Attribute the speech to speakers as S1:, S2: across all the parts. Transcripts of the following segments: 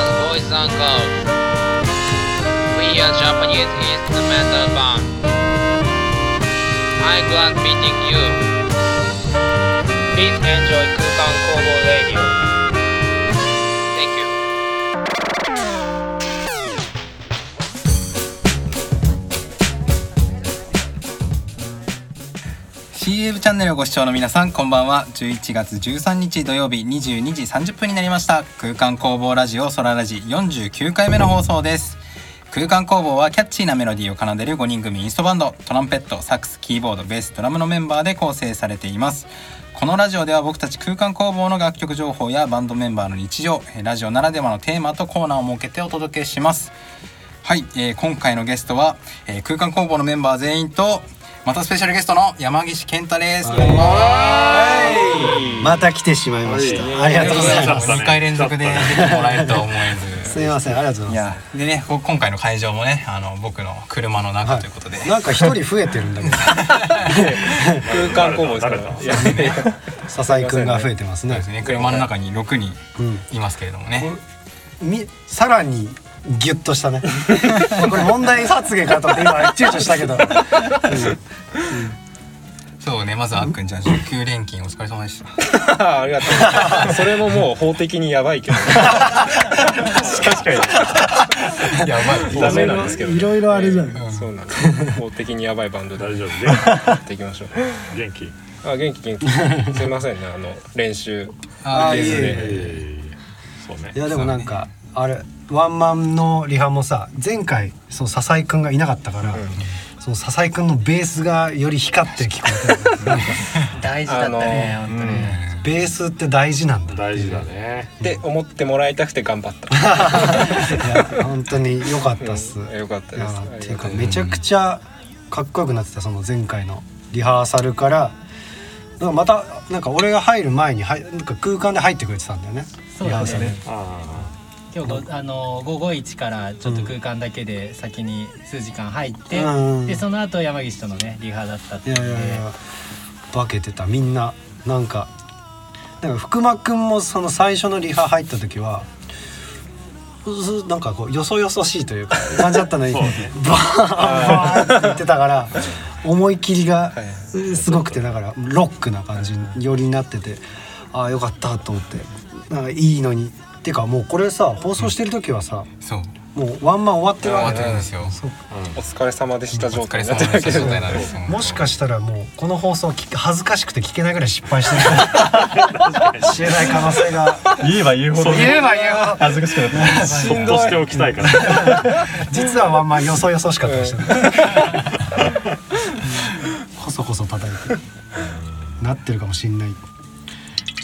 S1: long ago. We are Japanese instrumental band. I'm glad meeting you. Please enjoy 空間工房 Radio. Thank you.
S2: ー CF チャンネルをご視聴の皆さんこんばんは11月13日土曜日22時30分になりました空間工房ラジオ空ラジ49回目の放送です空間工房はキャッチーなメロディーを奏でる5人組インストバンドトランペットサックスキーボードベースドラムのメンバーで構成されていますこのラジオでは僕たち空間工房の楽曲情報やバンドメンバーの日常えーラジオならではのテーマとコーナーを設けてお届けしますはい、えー今回のゲストは、えー空間工房のメンバー全員とまたスペシャルゲストの山岸健太です。こんばんは。
S3: また来てしまいました。ありがとうございます。
S2: 二回連続で出てもらえるとは思えず。
S3: すみません、ありがとうご
S2: い
S3: ざいま
S2: や、でね、こ今回の会場もね、あの僕の車の中ということで。
S3: す。なんか一人増えてるんだ けど、
S4: 空間工房ですから
S3: 笹井くんが増えてま
S2: そ
S3: す
S2: う
S3: ね
S2: です。ね、車の中に六人
S3: うん
S2: いますけれどもね。
S3: み、さらにギュッとしたね。これ問題発言かと思って今躊躇したけど、
S2: そうね、まずあっくんちゃん、19連勤お疲れ様でした。
S4: あありがとうございますそれももう法的にやばいけど 確かに
S2: やばい。
S4: ダメなんですけど
S3: いろいろあれじゃん。
S4: そうなんです法的にやばいバンドで
S5: 大丈夫で
S4: やっていきましょう
S5: 元気
S4: あ元気元気すいませんねあの練習
S2: あ
S3: あ
S2: ー
S3: いえいえ。
S5: えー、そうね
S3: いやでもなんかあれワンマンのリハもさ前回その笹井くんがいなかったから、その笹井くんのベースがより光って聞こえたなんか
S6: 大事だったね、
S4: あのー
S6: 本当に、
S3: ベースって大事なんだ
S5: 大事だね
S4: って思ってもらいたくて頑張った
S3: いや本当に良かったっす、
S4: うんよかった
S3: い
S4: です
S3: や
S4: ありがとうございま
S3: っ
S4: す
S3: ていうかめちゃくちゃかっこよくなってたその前回のリハーサルからなんかまたなんか俺が入る前にはいなんか空間で入ってくれてたんだよね
S6: そうだね
S3: リハーサル
S5: あ
S6: 今日ごあの551からちょっと空間だけで先に数時間入って、
S3: うん
S6: でその後山岸とのねリハだったってい
S3: いうやい
S6: の
S3: やい
S6: で
S3: や化けてたみんななんかなんか福間君もその最初のリハ入った時はううなんかこうよそよそしいというか感じだったのに、バーンバーンって言ってたから思い切りがうんすごくてだからロックな感じによりになっててああよかったと思ってなんかいいのにっていうかもうこれさ放送してる時はさ
S2: そう。
S3: もうワンマン終わって
S2: 終
S3: る
S2: わ
S3: わ
S2: って
S3: け
S2: るんですよ。
S4: お疲れ様でし
S2: お
S4: た状
S2: 疲れ
S4: 態にな
S2: 様で
S4: ってるわ
S2: し
S4: け
S2: た
S4: です
S2: 状態
S4: ね
S2: なんですよ。
S3: もしかしたらもうこの放送聞き恥ずかしくて聞けないぐらい失敗 してるかも知れない可能性が
S5: 言えば言うほど
S3: 言えば言うほど
S5: 恥ずかしくなってそっとしておきたいから
S3: 実はあんまよそよそしかったりしてない こそこそ叩いてなってるかもしんない
S6: い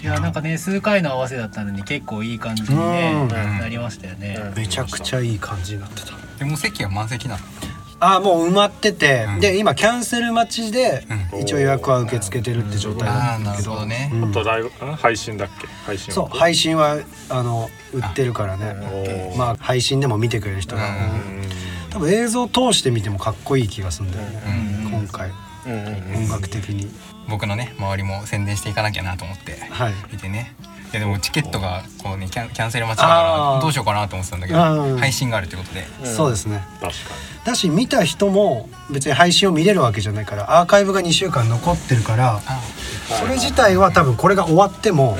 S6: やなんかね数回の合わせだったのに結構いい感じにね
S3: うん
S6: なりましたよね、
S3: めちゃくちゃいい感じになってた
S2: でもう席は満席なの。
S3: ああもう埋まってて、
S2: うん
S3: で今キャンセル待ちで
S5: うん
S3: 一応予約は受け付けてるって状態
S2: あ
S3: な
S2: あ、
S3: ん
S2: な
S3: だ
S2: る
S3: け
S2: ほ
S3: ど
S2: どね。
S3: うん
S5: あとライブあ配信だっけ配信
S3: そう配信はあの売ってるからね
S5: おー
S3: まあ配信でも見てくれる人が
S2: うん
S5: うん
S3: 多分映像を通して見てもかっこいい気がするんだよね、今回
S4: うんうんうん
S3: 音楽的に、
S2: 僕のね周りも宣伝していかなきゃなと思って
S3: はい
S2: いてねいやでもチケットがこうねキャンキャンセル待ちだか
S3: あ
S2: ら
S3: ー
S2: どうしようかなと思ってたんだけ
S3: う
S2: ど
S3: ん
S2: 配信があるってことで
S3: そうですね
S5: 確か
S3: だし見た人も別に配信を見れるわけじゃないからアーカイブが2週間残ってるから
S2: あ
S3: それ自体は多分これが終わっても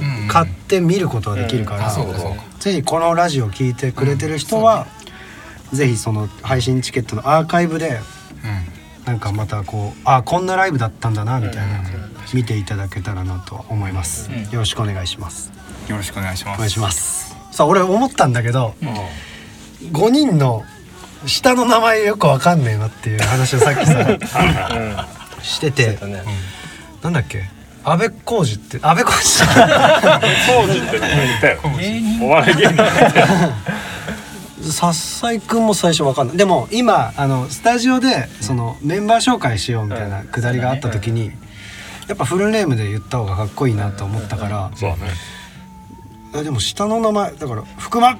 S2: うんうん
S3: 買って見ることができるか
S2: あ
S3: ら
S2: そうかそうか
S3: ぜひこのラジオを聞いてくれてる人はぜひその配信チケットのアーカイブで
S2: う
S3: なんかまたこうあこんなライブだったんだなみたいな見ていただけたらなとは思います
S6: うん
S3: よろしくお願いします
S2: んよろしくお願いしま
S3: お
S2: す
S3: 願いしますさあ俺思ったんだけど、5人の下の名前よくわかんねえなっていう話をさっきさしてて
S4: だね
S3: なんだっけ安倍浩二って安倍浩
S5: に当時って言ったよ
S6: 芸人
S5: お笑い芸人
S3: 二笹井くんも最初わかんないでも今あのスタジオでそのメンバー紹介しようみたいなくだりがあった時にやっぱフルネームで言った方がかっこいいなと思ったから
S5: そうだね
S3: あでも下の名前だから福間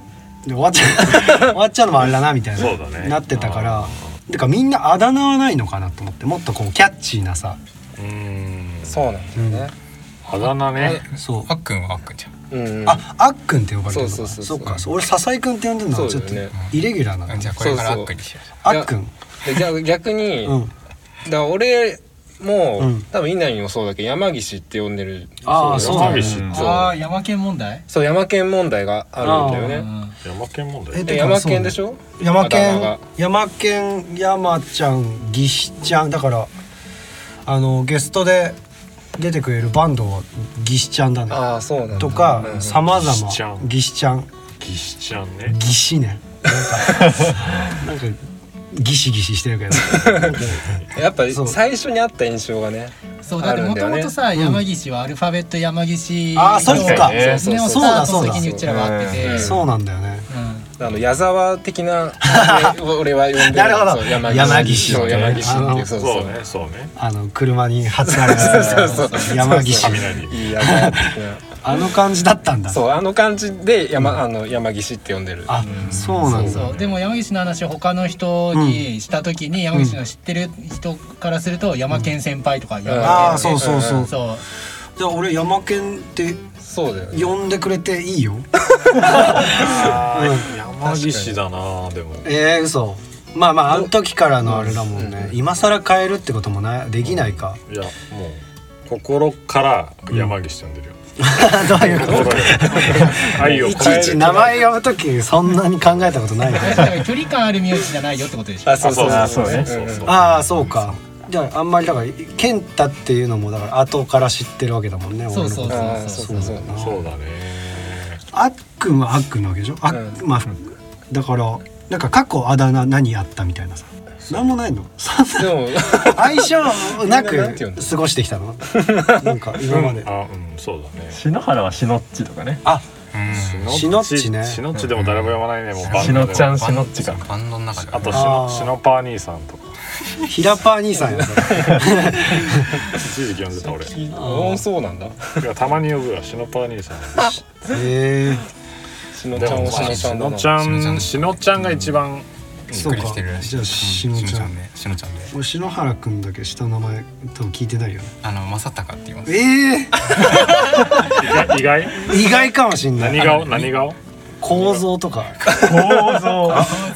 S3: で終わっち ゃう終わっちゃうのもあれだなみたいな
S5: そうだね
S3: なってたからてかみんなあだ名はないのかなと思ってもっとこうキャッチーなさ
S5: うーん
S4: そうなんですよね
S5: あだ名ね
S3: そう
S2: あっくんはあっくんじゃん
S4: うん
S3: ああっくんって呼ばれてるのか
S4: そうそうそうそ
S3: そうっか俺笹井くんって呼んでるのはちょっと
S4: そうだよね
S3: イレギュラーなの
S2: じゃあこ
S4: そう
S2: れ
S4: そ
S2: か
S4: う
S2: らあっくんにしましょう
S3: あっくん
S4: でじゃあ逆に、
S3: う
S4: だか
S3: ん
S4: ら俺も、
S3: うん
S4: 多分稲荷もそうだけど山岸って呼んでる
S3: ああそうなんだ
S5: 山岸
S4: そう
S6: ああ山県問題
S4: そう山県問題があるんだよね
S5: 山県問
S3: え
S5: 題
S3: っ
S4: で山県でしょ
S3: 山
S4: 頭
S3: 県
S4: が
S3: 山県山ちゃん義士ちゃんだからあのゲストで出てくれるバンドは義士ちゃんだね
S4: ああそうなんだ
S3: とか
S4: うん
S3: さまざ
S5: 義士ちゃ
S3: ま
S5: ん
S3: 義士ちゃん
S5: 技師ちゃんね
S3: 義士ねなんかなんかギシギシしてるけどなんか
S4: やっぱり
S3: そう
S4: 最初にあった印象がね
S6: そうだってもともとさ、
S3: んだよね
S6: 山岸はアルファベット山岸
S3: あーそっか
S6: ね
S4: そうそうそう
S6: スタートの時にうちらは会ってて
S3: そうなんだよね
S6: うん
S4: あの矢沢的な俺俺は呼んでる
S3: なるほど
S4: そう
S3: 山岸
S4: そう山岸
S3: あ
S4: ってい
S3: の
S4: うそうそ
S5: そううねそうね
S3: あの車に初あれ
S4: そうそうそう
S3: が山岸
S5: 雷
S4: いい矢沢的な
S3: あの感じだったんだ
S4: そうあの感じで山、あの山岸って呼んでる
S3: あそうなんだ
S6: そうでも山岸の話を他の人にした時に、山岸の知ってる人からすると、山県先輩とか山健
S3: ああそうそうそうう
S6: そう
S3: じゃあ俺山県って
S4: そうだよね
S3: 呼んでくれていいよ
S5: 山岸だなでも
S3: えー、嘘まあまああの時からのあれだもんね今更変えるってこともないできないか
S5: いやもう心から山岸呼んでるよ
S3: どういうこ
S5: 心よ愛を
S3: といち
S5: 変え
S3: い
S5: る
S3: ち名前呼ぶ時そんなに考えたことないね
S6: だから距離感ある身内じゃないよってことでしょ
S4: あそうそう
S5: あ
S4: そ
S5: そうう
S4: そう
S5: ね
S4: うんうん
S5: そう
S3: ああそうかじゃああんまりだから健太っていうのもだから後から知ってるわけだもんね
S6: そうそう
S3: 俺のこ
S4: あーそうそうそう
S3: と
S5: そうだね
S3: あっくんはあっくんなわけでしょあっ、
S4: うん
S3: まあだからなんか過去あだ名何やったみたいなさなんもないの そんな
S4: でも
S3: 相性な
S4: みんななんて言う
S3: く
S4: の
S3: 過ごしてきたの なんか今まで、
S5: あうんそうだね
S7: 篠原は篠っちとかね
S3: あ
S5: し
S3: し
S5: の
S3: の
S5: っ
S3: っ
S5: ち
S3: ちね
S5: しのっちでも誰も呼ばないねもうバンド
S7: 篠
S5: でも
S7: ちゃん篠っちか
S2: バンドの中で
S5: あとし
S3: あ
S5: の
S3: ー
S5: しのパー兄さんとか
S3: ひらパー兄さんやそれ
S5: 一時期呼んでた俺い
S4: うんそうなんだ
S5: やたまに呼ぶわしのパー兄さん
S3: へえ
S4: 篠
S5: で
S4: ちゃん
S5: も
S4: を篠ちゃんだ
S5: の
S4: な
S5: ちゃんしのちゃんが一番
S3: そうかじゃあしのちゃん
S2: ねしのちゃんで
S3: 俺篠原くんだけ下の名前多分聞いてないよね
S2: あの正隆って言います
S3: ええ
S5: いや意外
S3: 意外かもしんない
S5: 何顔何顔
S3: 構造とか
S7: 構造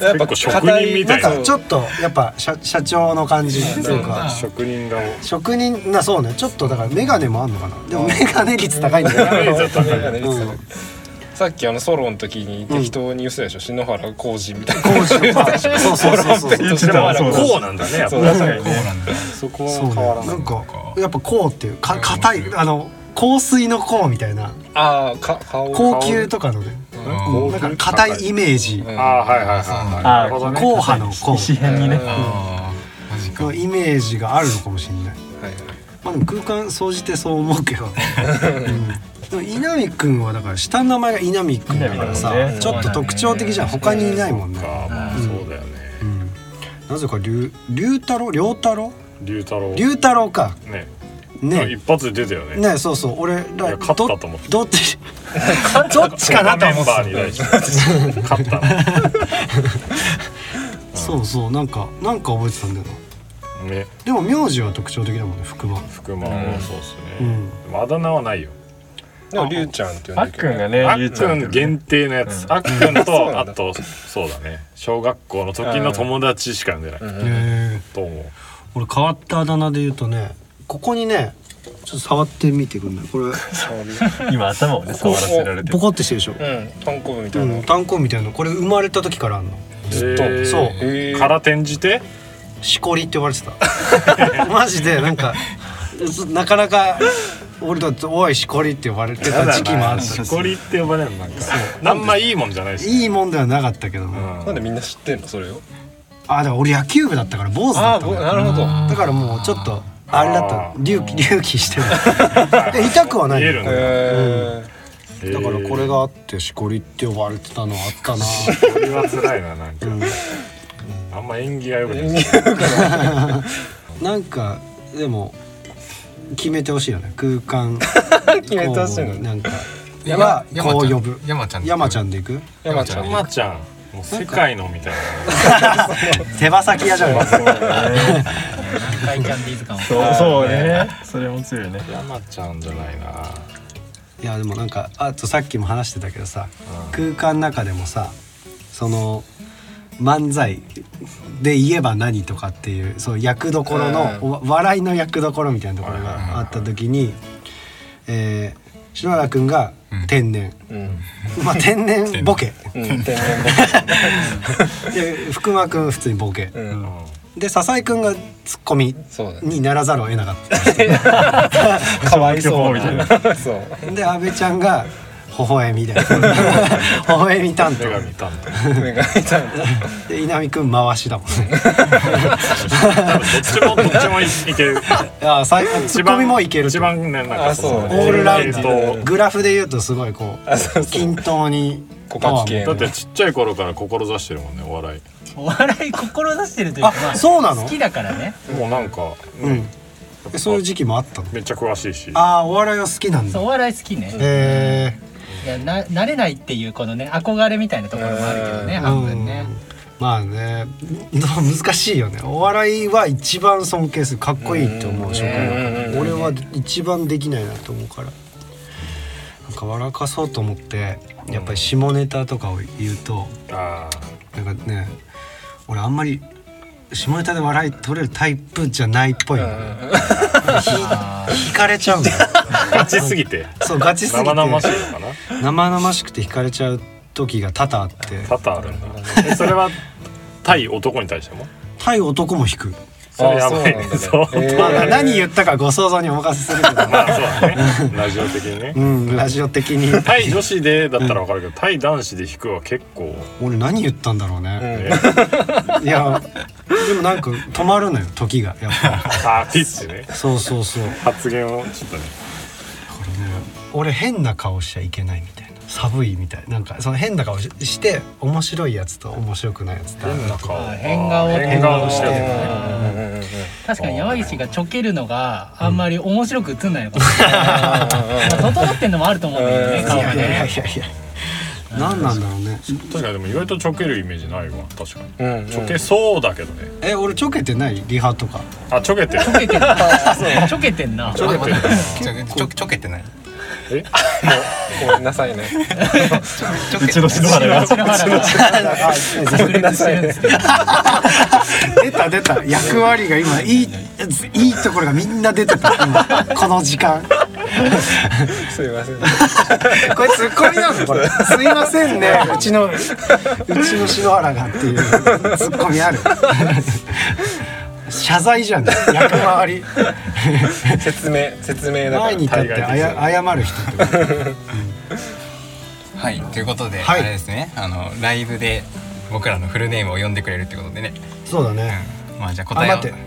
S4: やっぱ
S5: 結構職人みた
S3: ないんか
S5: な
S3: ちょっとやっぱ社社長の感じというか
S5: 職人顔
S3: 職人なそうねちょっとだから眼鏡もあんのかなでも眼鏡率高いんだよ
S5: メージは高い
S4: いやねいつだろうさっきあのソロの時に適当に言ってたでしょ、篠原浩二みたいな
S3: そうそうそうそう
S7: 言ってたわそうだ
S5: こうなんだねやっぱ
S4: そう確か
S5: り
S4: にね
S5: そこ
S3: そう
S5: は
S3: ね
S5: 変わらな
S3: ないんかやっぱこうっていうか硬いあの香水のこうみたいな
S4: ああか顔
S3: 高級とかのね
S5: 高級
S3: なんか硬いイメージ
S5: ああはいはいはいはいな
S7: あ
S5: るほど
S7: ー
S5: ね
S3: 硬派の硬
S7: 石編にね
S2: ああマジか
S3: のイメージがあるのかもしれない
S4: はい
S3: まあでも空間総じてそう思うけど、 うん、でも稲見君はだから下の名前が稲見君だからさ、
S7: 稲見君ね
S3: ちょっと特徴的じゃん他にいないもんね、
S5: あまあそうだよね
S3: うん、なぜか龍龍太郎龍太郎
S5: 龍太郎
S3: 龍太郎か
S5: ね
S3: ね
S5: 一発で出たよね
S3: ねそうそう俺
S5: いや
S3: ら
S5: 勝った
S3: ど
S5: と思って
S3: どっちどっちかなと
S5: メ
S3: 思
S5: ン
S3: って
S5: バ
S3: た
S5: ーに対して勝ったの
S3: そうそうなんかなんか覚えてたんだよな
S5: ね
S3: でも名字は特徴的だもんね福間
S5: 福間もそうっす
S3: う
S5: ね
S3: ん
S5: でもあだ名はないよ
S4: でもりゅうちゃんって呼
S7: あ
S4: ん
S7: っ
S4: で
S7: くんがね
S5: あっ
S7: ゆうちゃ
S5: く
S7: ん
S5: ん限定のやつあっくんとあとそうだね小学校の時の友達しか呼んでない
S3: へえ
S5: と思う
S3: 俺変わったあだ名で言うとねここにねちょっと触ってみてくんないこれ
S7: 今頭をね触らせられて
S3: ポ
S7: る
S3: コってしてるでしょ、
S4: うんトンコブみた
S3: う
S4: いな、
S3: ん、炭鉱みたいなのこれ生まれた時からあんの
S5: ずっ
S4: と
S3: そう
S5: から転じて
S3: しこりって呼ばれてたマジでなんかずなかなか俺だって「おいしこり」って呼ばれてた時期もある
S5: しこりって呼ばれるのなんかあんまいいもんじゃないし
S3: いいもんではなかったけど、
S5: うん
S3: あ
S4: なんでみんな知ってんのそれを
S3: あでも俺野球部だったから坊主だっ
S4: ああ
S3: たの
S4: ぼ
S3: よ
S4: なるほど
S3: だからもうちょっとあれだった
S5: あー
S3: 隆起隆起してるで痛くはない
S5: 見えるん
S4: へ
S5: だ
S4: え
S3: だ
S5: だ
S3: からこれがあってしこりって呼ばれてたのあったな
S5: これは辛いななんかあんま縁起が良くない
S3: なんかでも決めてほしいよね空間
S4: 決めてほしいのね
S3: なんかはこう呼ぶ
S2: 山ちゃん
S3: 山ちゃんでいく
S4: 山ちゃん
S5: 山ちゃんもう世界のみたい
S3: 手羽先屋じゃん
S6: 快感ビーズ感を
S7: そうそうねそれも強いね
S5: な山ちゃんじゃないな
S3: いやでもなんかあとさっきも話してたけどさ、空間の中でもさその漫才で言えば何とかっていうそう役どころの、
S4: うん
S3: お笑いの役どころみたいなところがあった時に、えー篠原君が天然、
S4: うん
S3: まあ天然ボケ
S4: うん天然ボ
S3: で福間君普通にボケ、
S4: ケうん
S3: で笹井君がツッコミ
S4: そうだね
S3: にならざるを得なかった。
S4: かわいそう
S7: みたい
S4: なそう
S3: で安倍ちゃんが微笑 みで微笑み担当
S5: 女神担当
S4: 目が痛い
S3: で稲見くん回しだもんね
S5: 多分どっちもどっちもいいける
S3: いや 最ツッコミもいける
S5: 一番ねなんか
S4: あそう
S5: の
S3: オールラウンド
S5: 人間と
S3: グラフで言うとすごいこ
S4: あそ
S3: う
S4: うそう
S3: 均等に
S4: こかき系
S5: だってちっちゃい頃から志してるもんねお笑い
S6: お笑い志してるというか、ま
S3: あそうなの
S6: 好きだからね
S5: もうなんか
S3: うんえそういう時期もあったの
S5: めっちゃ詳しいし
S3: ああお笑いは好きなんだ
S6: そうお笑い好きね、
S3: へえ
S6: いやな慣れないっていうこのね憧れみたいなところもあるけどね
S4: うん
S6: 半分ね
S3: まあね どう難しいよねお笑いは一番尊敬するかっこいいと思う職業
S4: うん
S3: 俺は一番できないなと思うからなんか笑かそうと思ってやっぱり下ネタとかを言うと
S5: あー
S3: なんかね俺あんまり下ネタで笑い取れるタイプじゃないっぽいの ねひ引かれちゃうんだよ
S5: ガチすぎて
S3: そうガチすぎて
S5: 生々しいのかな
S3: 生々しくて引かれちゃう時が多々あって
S5: 多々あるんだえそれは対男に対しても
S3: 対男も引く
S5: それやばい
S4: あ
S5: そう
S4: そうなんだねえー
S3: まあ何言ったかご想像にお任せするけ ど
S5: まあそうだねラジオ的にね
S3: うんラジオ的に
S5: 対女子でだったらわかるけど対男子で弾くは結構
S3: 俺何言ったんだろうね、
S5: ね
S3: いやでもなんか止まるのよ時がやっ ぱ
S5: あーピッてね
S3: そうそうそう
S5: 発言をちょっとね
S3: これね俺変な顔しちゃいけないみたいな寒いみたいななんかその変な顔しして面白いやつと面白くないやつと
S5: 変な顔
S6: あー変顔を
S5: 変顔してる
S3: うん
S5: ね
S6: 確かに山岸がちょけるのがあんまり面白く映んないのかもしれないまあ整ってんのもあると思うんだよね顔
S3: いや
S6: が
S3: いやいや
S6: ね
S3: いやいや何なんだろうね
S5: 確かにでも意外とちょけるイメージないわ確かに
S4: うんうん
S5: ちょけそうだけどね
S3: え俺ちょけてないリハとか
S5: あちょけてる
S6: ちょけてんなちょけてんな
S5: ちょけてる
S2: ちょちょちょけてない
S5: え
S4: ごめんなさいね
S2: ちょけ
S7: うちの篠原が
S6: 篠原
S3: 出
S6: が炸裂してるんですけど
S3: た出た役割が今いいいいところがみんな出てた今この時間
S4: すいませ ん
S3: これツッコミなのこれすいませんねうちのうちの篠原がっていうツッコミある 謝罪じゃん役回り
S4: 説明説明だか ら
S3: 前に立ってあや謝る人ってこと
S2: はいということで、
S3: はい
S2: あれですねあのライブで僕らのフルネームを呼んでくれるってことでね
S3: そうだね
S2: まあじゃあ答えを
S3: あ待って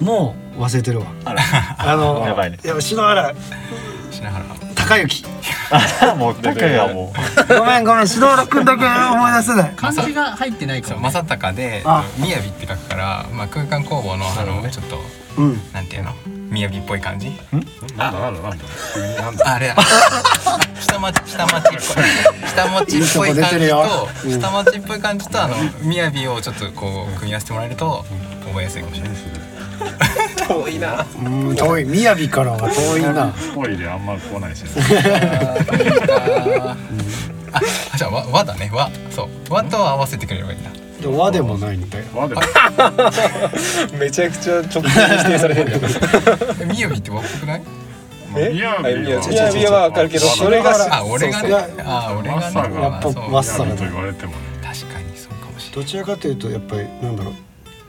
S2: うん、
S3: もう忘れてるわあの
S7: やばいね
S3: や篠原
S2: 篠原
S3: 孝之
S7: もう高谷はも
S3: ごめんごめん篠原君だけ思い出せない
S6: 漢字が入ってないか
S2: そう
S6: ら、
S2: 「正隆」で
S3: あ
S2: 「みやび」って書くから、まあ、空間工房のあのちょっと
S3: うん
S2: なんていうのみやびっぽい感じ
S5: なんだなんだなんだ
S2: あれ下町下町っぽい下町っぽい感
S3: いい
S2: じと
S3: とこ出てるようん
S2: 下町っぽい感じとあのみやびをちょっとこう組み合わせてもらえると覚えやすいかもしれないです
S4: 遠いな
S3: うん遠い雅からは遠いな
S5: トイレあんま来 ないしね
S2: ああじゃあ和和だね和そう和と合わせてくれればいいんだ
S3: で和でもないんだよ
S5: まあでも
S4: めちゃくちゃ直近に指定されへんだよ
S2: えみやびって和っぽくない
S4: え
S5: みや
S4: あ
S5: び
S4: いや
S5: は
S4: みやびはわかるけど
S5: まあ
S4: それが
S2: あ俺がね
S4: そう
S3: そう
S2: あ俺
S5: ま
S2: が
S5: さ
S2: ね
S5: か
S2: まあ
S3: やっぱ
S2: そう
S3: 和っ
S5: み
S3: さ
S5: やびと言われてもね
S2: 確かにそうかもしれない
S3: どちらかというとやっぱりなんだろう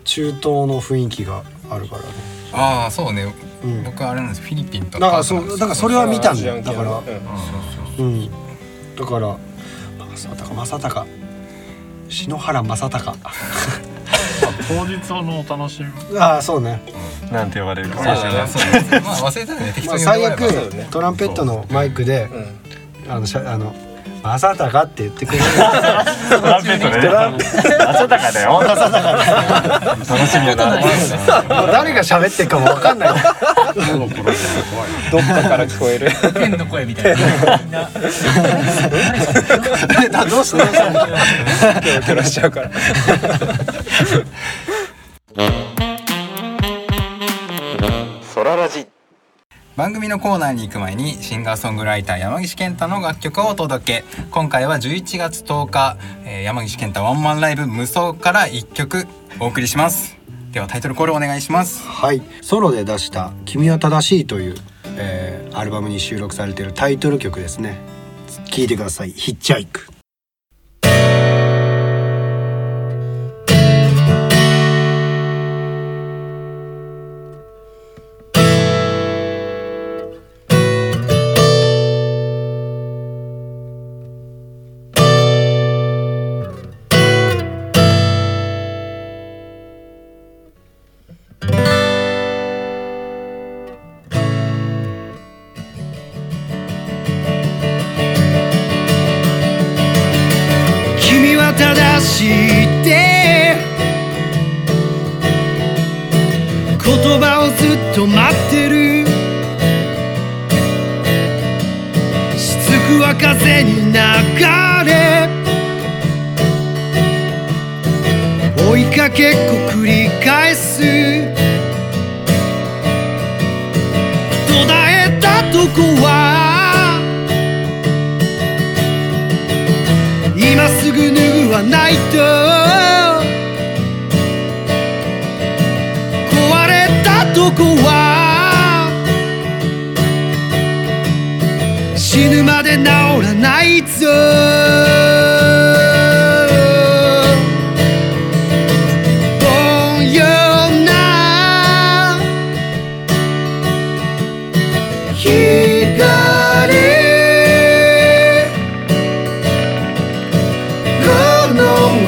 S3: 中東の雰囲気があるからね
S2: ああそうね
S3: うん
S2: 僕あれなんですフィリピンと
S3: だからそうだからそれは見たんだよだから
S4: うん
S3: うんだから正隆正隆篠原正隆
S5: まあ当日のお楽しみ
S3: ああそうね、
S7: なんて呼ばれるか
S2: あーそうですまあ忘れたね適当
S3: まあ、
S2: に
S3: 最
S2: 呼べば
S3: 悪、トランペットのマイクで
S4: うん
S3: あのしゃあの正隆って言ってくれる
S7: トランペットねトランペット朝高だよ朝高楽しみだな
S3: もう誰が喋ってるかもわかんない
S5: のプログラム怖いね
S4: どっかから聞こ える
S6: 天の声みたいな
S3: だどうしたどうした
S4: キョロキョロしちゃうから
S2: 番組のコーナーに行く前にシンガーソングライター山岸健太の楽曲をお届け今回は11月10日、えー山岸健太ワンマンライブ無双から1曲お送りしますではタイトルコールお願いします
S3: はい、ソロで出した「君は正しい」という、えーアルバムに収録されているタイトル曲ですね聴いてください「ヒッチハイク」君は正しいって言葉をずっと待ってるしつくは風に流れ追いかけっこ繰り返す途絶えたとこは今すぐ脱ぐはないと壊れたとこは死ぬまで治らないぞ凡庸な光このまま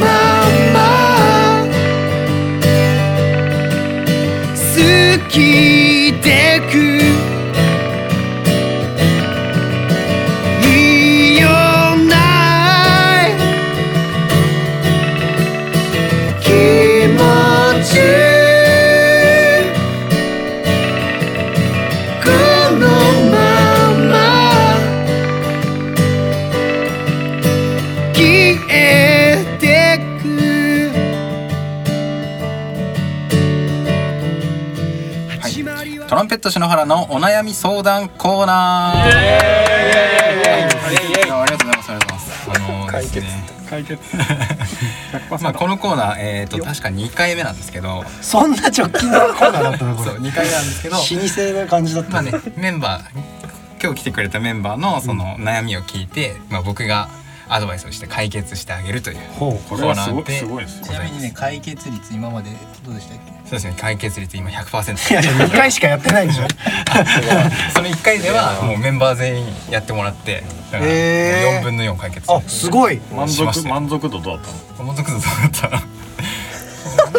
S3: 好きでくいいよない気持ちこのまま消えてく始まりは
S2: トランペット篠原のお悩み相談コーナーありがとうございますありがとうございますあのーですね
S4: 解決
S2: まあこのコーナーえっと確か2回目なんですけど
S3: そんな直近のコーナーだったのこ
S2: そ
S3: れ
S2: う2回目なんですけど
S3: 老舗な感じだっ
S2: まあ
S3: た
S2: ね
S3: ね、
S2: メンバー今日来てくれたメンバーのその悩みを聞いて、まあ、僕がアドバイスをして解決してあげるという
S3: ほう
S2: コ
S5: これ
S2: ー
S5: は
S2: ナ
S5: すご
S2: ー
S5: い
S2: ですそう
S5: ごいです
S8: ちなみにね解決率今までどうでしたっけ
S2: ですね解決率今
S3: い
S2: 100%
S3: やいや2回しかやってないでしょ
S2: その1回ではもうメンバー全員やってもらってだから
S3: へー
S2: 4分の4解決
S3: あすごい
S5: 満
S2: しまし
S5: 足
S2: た
S5: 満足度どうだったの
S2: 満足度どうだっ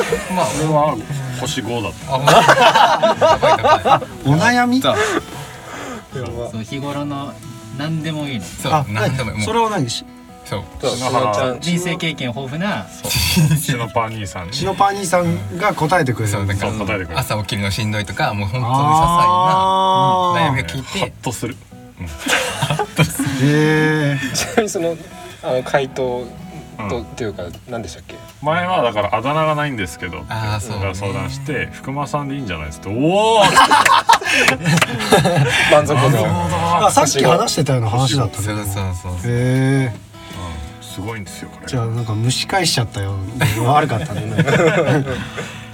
S2: たまあ
S5: 俺は星5だった
S2: あまあ
S3: お悩み
S6: そう日頃の何でもいいの
S2: そう
S3: あ
S2: 何でももう
S3: それは何し
S2: そう
S4: そう
S5: 篠原
S4: ちゃん
S6: 人生経験豊富な
S5: シノパー兄さんに
S3: シノパー兄さんが答えてくれる
S2: そうだか
S5: そう答えてく
S2: ら
S5: れる
S2: 朝起きるのしんどいとかもう本当に些
S3: あ
S2: 細な悩み
S3: ー
S2: を聞いて
S5: ハッとする
S3: へ
S4: ちなみにそのあの回答と、っていうか何でしたっけ
S5: 前はだからあだ名がないんですけど
S2: あーそうね
S5: だから相談して福間さんでいいんじゃないですっておお
S4: 満足度
S3: あさっき話してたような話だった
S2: そう
S3: ね
S2: そうそうそう
S3: へえ
S5: すごいんですよこれ
S3: じゃあなんか蒸し返しちゃった よ悪かったねなん か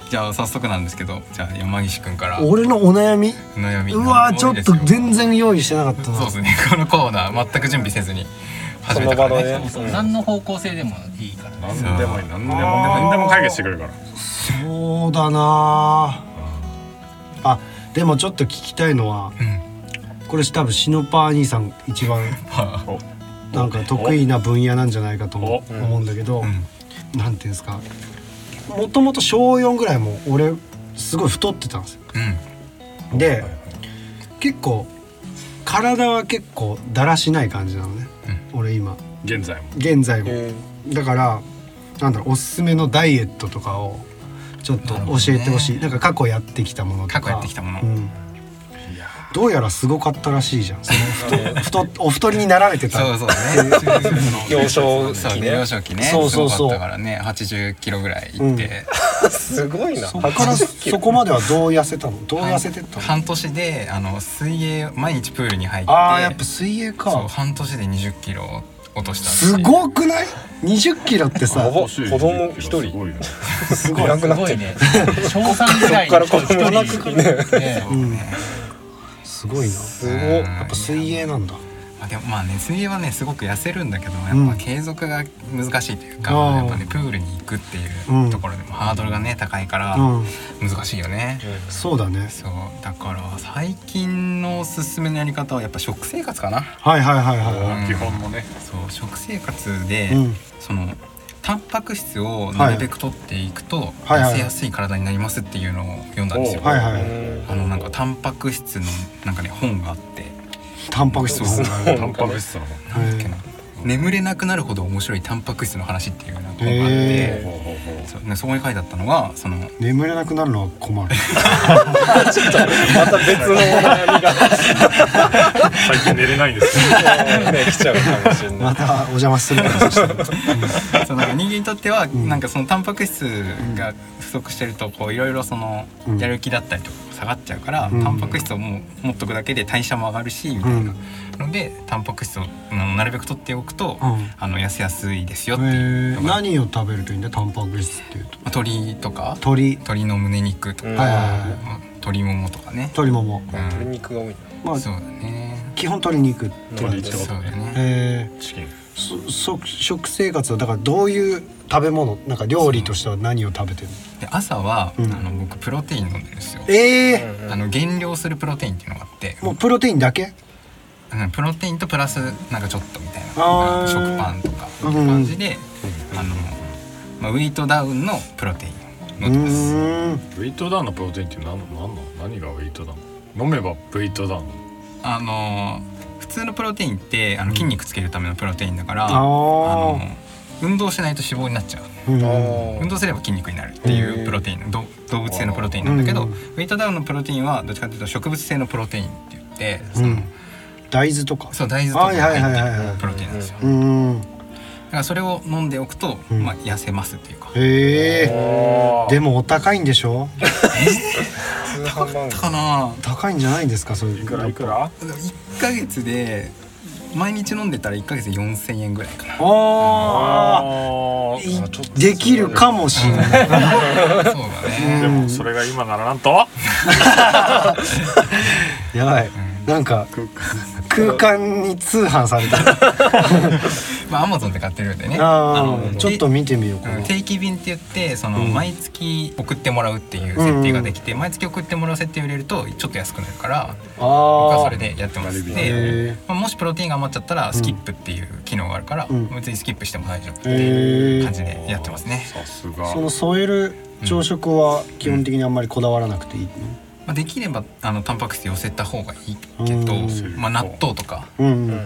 S2: じゃあ早速なんですけどじゃあ山岸くんから
S3: 俺のお悩み
S2: 悩み
S3: うわーちょっと
S2: 全
S3: 全然用意してなかったな
S2: そうですねこのコーナー全く準備せずに始めたから
S4: その場
S2: ね
S4: のね
S6: そう何の方向性でもいいからね
S5: 何でもいい何でも何でも解決してくれるから
S3: そうだなああでもちょっと聞きたいのは
S2: うん
S3: これ多分シノパー兄さん 一番
S2: ま
S3: なんか得意な分野なんじゃないかと思
S5: お
S3: 思うんだけど、
S2: あうん
S3: なんていうんですかもともと小4ぐらいも俺すごい太ってたんですよ
S2: うん
S3: で結構体は結構だらしない感じなのね、俺今
S5: 現在も
S3: 現在も、
S4: え
S3: だからなんだろうおすすめのダイエットとかをちょっと教えてほしいなんか過去やってきたものとか
S2: 過去やってきたもの
S3: うんどうやらすごかったらしいじゃんその太太お太りになられてた
S2: そうそう ね
S4: 幼少
S2: そう
S4: 期
S2: ね
S4: ね
S2: 幼少期ね
S3: そうそうそう
S2: すごかったからね80キロぐらいいって
S3: うん
S4: すごいな
S3: そっから
S1: キロ
S3: そこまではどう痩せたのどう痩せてったの、
S2: 半年であの水泳毎日プールに入って
S3: ああやっぱ水泳
S2: そう
S3: か
S2: 半年で2 0キロ落とした
S3: す
S2: い
S3: ごくない20キロってさ
S4: ほぼ子供一人
S5: すごいね
S4: すごいなく
S6: す
S4: なっ
S6: ご
S4: て
S6: い
S4: る
S6: ね。小3ぐらい
S4: こ
S6: に
S4: っから子供
S6: 一人ね
S3: うんすごいな
S4: すごい
S3: やっぱ水泳なんだ
S2: まあでもまあね水泳はねすごく痩せるんだけど
S3: うん
S2: やっぱ継続が難しいというか、
S3: あー
S2: やっぱねプールに行くってい
S3: うん
S2: うところでもハードルがね高いから
S3: うん
S2: 難しいよね、
S3: そうだね
S2: そうだから最近のおすすめのやり方はやっぱ食生活かな
S3: はいはいはいは
S5: 基本のね
S2: そう食生活で、
S3: いうん
S2: そのタンパク質をなるべく取っていくと、
S3: はいはい
S2: 痩せやすい体になりますっていうのを読んだんですよ、
S3: はいはい
S2: あのなんかタンパク質のなんかね本があって
S3: タンパク質の方が
S5: タンパク質の
S2: な
S5: 方
S2: んだっけな眠れなくなるほど面白いタンパク質の話っていうような本があっ
S3: へ
S2: てそうねそこに書いてあったのがその
S3: 眠れなくなるのは困る
S4: また別のお悩みが
S5: 最近寝れないんですよ
S4: ね来ちゃうかもしれな い
S3: またお邪魔するからそしたら
S2: そうなんか人間にとっては、
S3: ん
S2: なんかそのタンパク質が不足してるとこういろいろその
S3: うん
S2: やる気だったりとか下がっちゃうから、
S3: うん
S2: タンパク質をもう持っとくだけで代謝も上がるしみた
S3: う
S2: い
S3: ん
S2: なのでタンパク質をあのなるべく取っておくと、
S3: うん
S2: あの痩せやすいですよっていう
S3: え
S2: の
S3: ー
S2: が、ま
S3: 何を食べるといいんだタンパク質っていうと
S2: あ鶏とか
S3: 鶏
S2: 鶏の胸肉とか、
S4: うん
S3: はいはいはい
S2: まあ鶏ももとかね、
S3: 鶏もも
S2: うん
S4: 鶏肉が多いな
S3: まあ
S2: そうだね
S3: 基本鶏肉
S5: 鶏って
S2: そう
S5: こと
S2: だ
S5: ね
S2: ね
S3: え
S5: チキン
S3: ーそそ食生活はだからどういう食べ物なんか料理としては何を食べてるの
S2: で朝は、
S3: うん
S2: あの僕プロテイン飲んでるんですよ
S3: ええ
S2: あの減量するプロテインっていうのがあって
S3: もうプロテインだけ
S2: うんプロテインとプラスなんかちょっとみたいな
S3: あー
S2: 食パンとか
S3: うん
S2: って感じで、あの、まあ、ウェイトダウンのプロテインを飲んでます
S3: ーん
S5: ウェイトダウンのプロテインって何何なの何がウェイトダウン飲めばウェイトダウン
S2: あの普通のプロテインってあの筋肉つけるためのプロテインだから、
S3: あ
S2: あの
S3: ー
S2: 運動しないと脂肪になっちゃう
S3: うん
S2: 運動すれば筋肉になるっていうプロテインど動物性のプロテインなんだけど、
S3: うん
S2: ウェイトダウンのプロテインはどっちかというと植物性のプロテインって言ってその、
S3: うん大豆とか
S2: そう大豆とかが
S3: はいはいはい
S2: 入っ
S3: はい
S2: て
S3: はい
S2: るプロテインなんですよ、
S3: うーん
S2: だからそれを飲んでおくと、
S3: うん
S2: まあ、痩せますっていうか、
S3: ええでもお高いんでしょ
S4: 通販番
S2: かなあ
S3: 高いんじゃないんですかそれい
S7: くらいくら
S2: 1ヶ月で毎日飲んでたら1ヶ月で4000円ぐらいかな
S3: あ
S5: あー
S3: ーできるかもしれない
S2: そう だね
S5: でもそれが今ならなんと
S3: やばいなんか空間に通販された
S2: まあアマゾンで買ってるんでね
S3: あ
S2: の
S3: ーちょっと
S2: で
S3: 見てみようか
S2: う
S3: なん
S2: 定期便って言ってその
S3: うん
S2: 毎月送ってもらうっていう設定ができて、毎月送ってもらう設定を入れるとちょっと安くなるから僕は
S3: あ
S2: そ
S3: ー
S2: れでやってます
S3: へ
S2: で
S3: ー、
S2: まあ、もしプロテインが余っちゃったらスキップっていう機能があるから、
S3: うん
S2: 別にスキップしても大丈夫って
S3: へ
S2: いう
S3: ー
S2: 感じでやってますね、
S5: さすが
S3: その添える朝食は基本的にあんまりこだわらなくていい
S2: まあ、できればあのタンパク質寄せた方がいいけど、
S3: うん
S2: まあ、納豆とか
S3: のうん、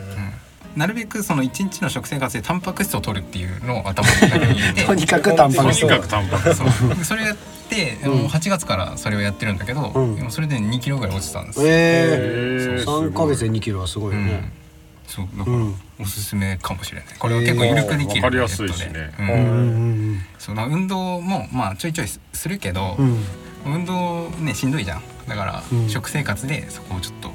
S2: なるべくその一日の食生活でタンパク質を取るっていうのを頭の中に入れて
S3: とにかくタンパ
S5: と
S3: ク
S5: に
S3: 質
S5: かくタンパク質
S2: そうそれやって、あの
S3: うん
S2: 8月からそれをやってるんだけど、
S3: うん
S2: でもそれで2キロぐらい落ちたんですよ、
S3: え
S5: へ
S3: え
S5: ー
S3: 3ヶ月で2キロはすごいうよ
S2: ん
S3: ね、
S2: そうだか
S3: う
S2: ら
S3: ん
S2: おすすめかもしれないこれは結構緩くできる
S5: えーわかりやすいしね
S2: ネット
S3: う
S2: で
S3: ん
S2: うん
S3: うん
S2: そうまあ運動もまあちょいちょいすするけど、
S3: うんうん
S2: 運動ねしんどいじゃんだから、
S3: うん
S2: 食生活でそこをちょっと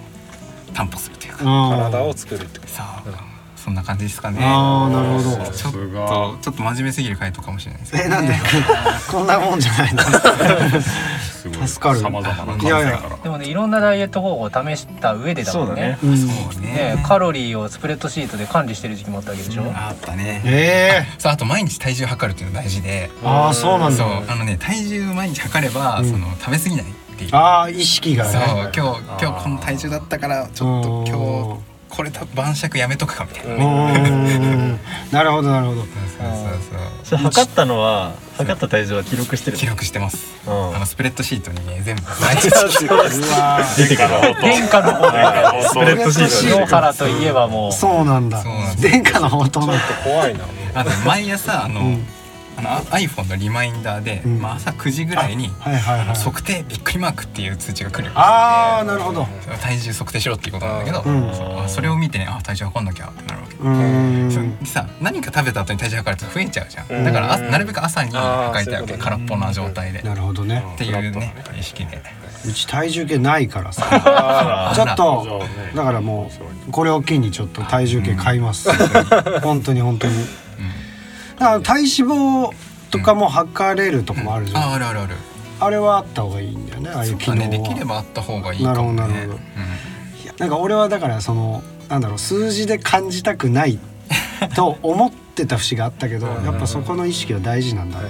S2: 担保するというか、
S3: あ
S4: 体を
S3: ー
S4: 作るってこ
S2: さあ、そんな感じですかね
S3: あーなるほど
S2: ちょっ
S5: さす
S2: と
S5: が
S2: ちょっと真面目すぎる回答かもしれないですけど
S3: えなんで こんなもんじゃないの
S5: すごい
S3: 助かる
S5: さまざまな
S3: やいや
S5: から
S6: でもねいろんなダイエット方法を試した上でだもん
S2: あ
S6: ね
S2: そうね
S6: ねカロリーをスプレッドシートで管理してる時期もあったわけでしょ、
S2: あったね
S3: ええ
S2: そうあと毎日体重測るっていうの大事で
S3: ああそうなん
S2: そう
S3: だ
S2: あのね体重毎日測れば、
S3: ん
S2: その食べ過ぎないっていうそう
S3: ああ意識がね
S2: 今日今日この体重だったからちょっと今日これた晩酌やめとくかみたいな、
S3: うーんなるほどなるほど
S2: そうそうそう
S7: それ測ったのは測った体重は記録してる
S2: 記録してます、
S7: うん
S2: あのスプレッドシートにね全部毎日
S7: 出てくる
S6: 殿下の方で
S7: スプレッドシート
S6: 野
S7: で
S6: 原といえばもう
S3: そうなんだ
S2: そうなんだ
S3: 殿下の宝刀なんだ
S4: と怖いな
S2: あと毎朝あの、あの iPhone のリマインダーで、
S3: うん
S2: まあ、朝9時ぐらいに
S3: はいはいはい
S2: 測定びっくりマークっていう通知が来るように
S3: ああなるほど
S2: なって体重測定しろっていうことなんだけど、
S3: うん
S2: そうあそれを見てねあ体重測んなきゃってなるわけ
S3: うーん
S2: でさ何か食べた後に体重測ると増えちゃうじゃん
S4: うん
S2: だからあなるべく朝に
S4: あー
S2: 測りたいわけ
S4: そういうことね
S2: 空っぽな状態でっ
S3: なるほどね
S2: ていうね意識で
S3: うち体重計ないからさ
S5: あ
S3: ちょっ
S5: じゃ
S3: と
S5: あね
S3: だからもうこれを機にちょっと体重計買います本当に本当にだから体脂肪とかも測れるとこもあるじ
S2: あ
S3: ゃん
S2: あるあるある
S3: あれはあった方がいいんだよねああいう
S2: そう
S3: 機
S2: だ
S3: 能
S2: ねできれ
S3: は
S2: ばあった方がいいかもね
S3: なるほどなるほど
S2: うん
S3: いやなんか俺はだからそのなんだろう数字で感じた くないと思ってた節があったけどやっぱそこの意識は大事なんだね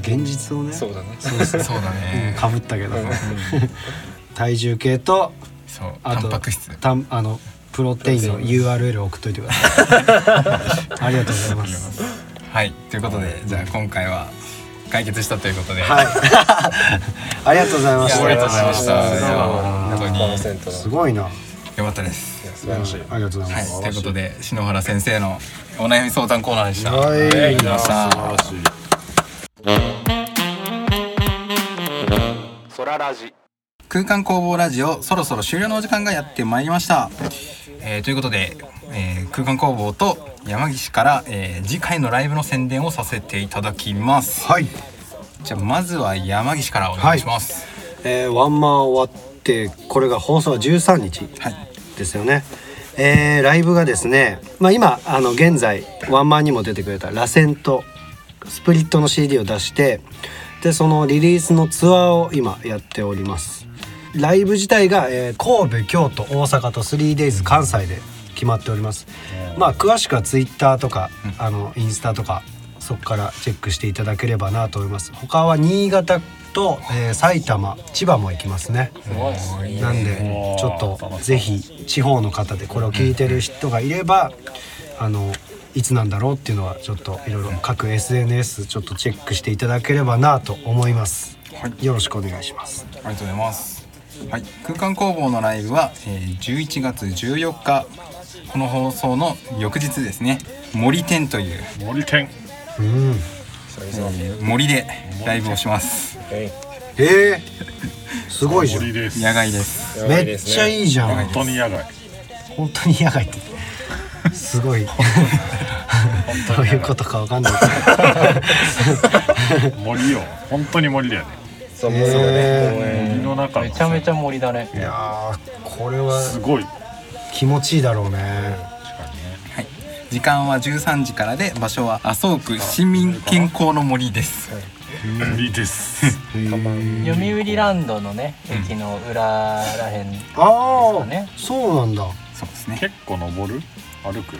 S3: 現実をね
S4: そうだね
S2: そうだね。
S3: かぶったけどさ体重計と
S2: そう、タ
S3: あと
S2: ンパク質。
S3: たんあのプロテインの URL 送っといてくださ いありがとうございます
S2: はい、ということで、じゃあ、今回は解決したということで。
S3: はい
S2: い、
S3: ありがとうござい ま
S2: や
S3: し
S2: ありがとうござい
S3: た
S2: ました。
S4: ありがとうございました
S2: いや本当に良
S4: 100%の
S3: すごいな
S2: かったです。
S4: 素晴らしい
S3: ありがとうござい
S2: は
S3: ま
S2: い、
S3: す
S2: ということで、篠原先生のお悩み相談コーナーでした。
S3: は
S2: あ
S3: い
S2: りがとうございました。
S5: 素晴らしい
S2: 空間工房ラジオそろそろ終了のお時間がやってまいりました、えーということで、えー空間工房と山岸から、えー次回のライブの宣伝をさせていただきます
S3: はい
S2: じゃあまずは山岸からお願いします
S3: えーワンマン終わってこれが放送は13日
S2: はい
S3: ですよね、えーライブがですね、まあ、今あの現在ワンマンにも出てくれた「螺旋」と「スプリット」の CD を出してでそのリリースのツアーを今やっておりますライブ自体が、えー神戸京都大阪と 3days 関西で決まっておりますまあ詳しくは Twitter とか、あのインスタとかそこからチェックしていただければなと思います他は新潟と、えー埼玉千葉も行きますねなんでちょっとぜひ地方の方でこれを聞いてる人がいればあのいつなんだろうっていうのはちょっといろいろ各 SNS ちょっとチェックしていただければなと思います、よろしくお願いします
S2: ありがとうございます。はい、空間工房のライブは、えー11月14日この放送の翌日ですね森店という、
S5: 森健
S3: うん
S2: えー森でライブをします
S3: ええすごいじゃ
S5: 森
S3: ん
S5: です
S2: 野外ですす
S3: めっちゃいいじゃん
S5: 本当に野外
S3: 本当に野外ってすごいどういうことかわかんないけど
S5: 森よ本当に森だよね
S4: そうそうね公園
S5: 森の中の
S6: めちゃめちゃ森だね
S3: いやーこれ
S5: す
S3: は
S5: ごい
S3: 気持ちいいだろうね
S2: 時間は13時からで場所は麻生区市民健康の森です
S5: 森です
S6: 読売ランドのね駅の裏らへん
S3: ああ、
S6: ね
S3: そうなんだ
S2: そうですね
S5: 結構登る歩く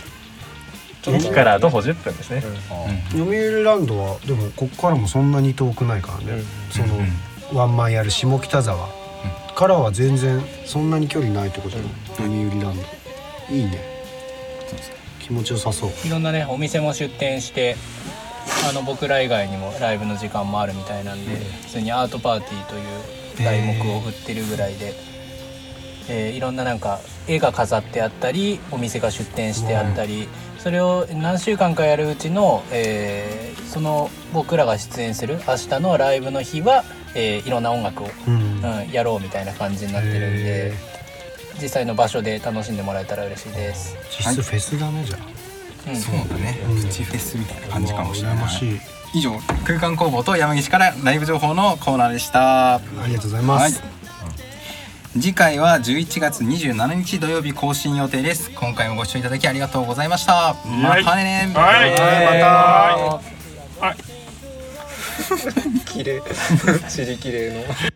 S7: 駅から徒歩10分ですね。
S3: 読売ランドはでもここからもそんなに遠くないからね、その、ワンマンやる下北沢からは全然そんなに距離ないってことだね、読売ランドいいね気持ちよさそう
S6: いろんなねお店も出店してあの僕ら以外にもライブの時間もあるみたいなんで、普通にアートパーティーという題目を売ってるぐらいで、えーいろんななんか絵が飾ってあったりお店が出店してあったり、それを何週間かやるうちの、えーその僕らが出演する明日のライブの日は、えーいろんな音楽を、
S3: うん
S6: うん、やろうみたいな感じになってるんで。実際の場所で楽しんでもらえたら嬉しいです。
S3: 実質フェスだねじゃあ
S6: うん
S2: そうだねプチフェスみたいな感じかもしれない
S3: うわ羨ましい
S2: 以上空間工房と山岸からライブ情報のコーナーでした
S3: ありがとうございます、
S2: はい次回は11月27日土曜日更新予定です今回もご視聴いただきありがとうございましたまたね
S5: はい
S4: 綺麗ちり綺麗の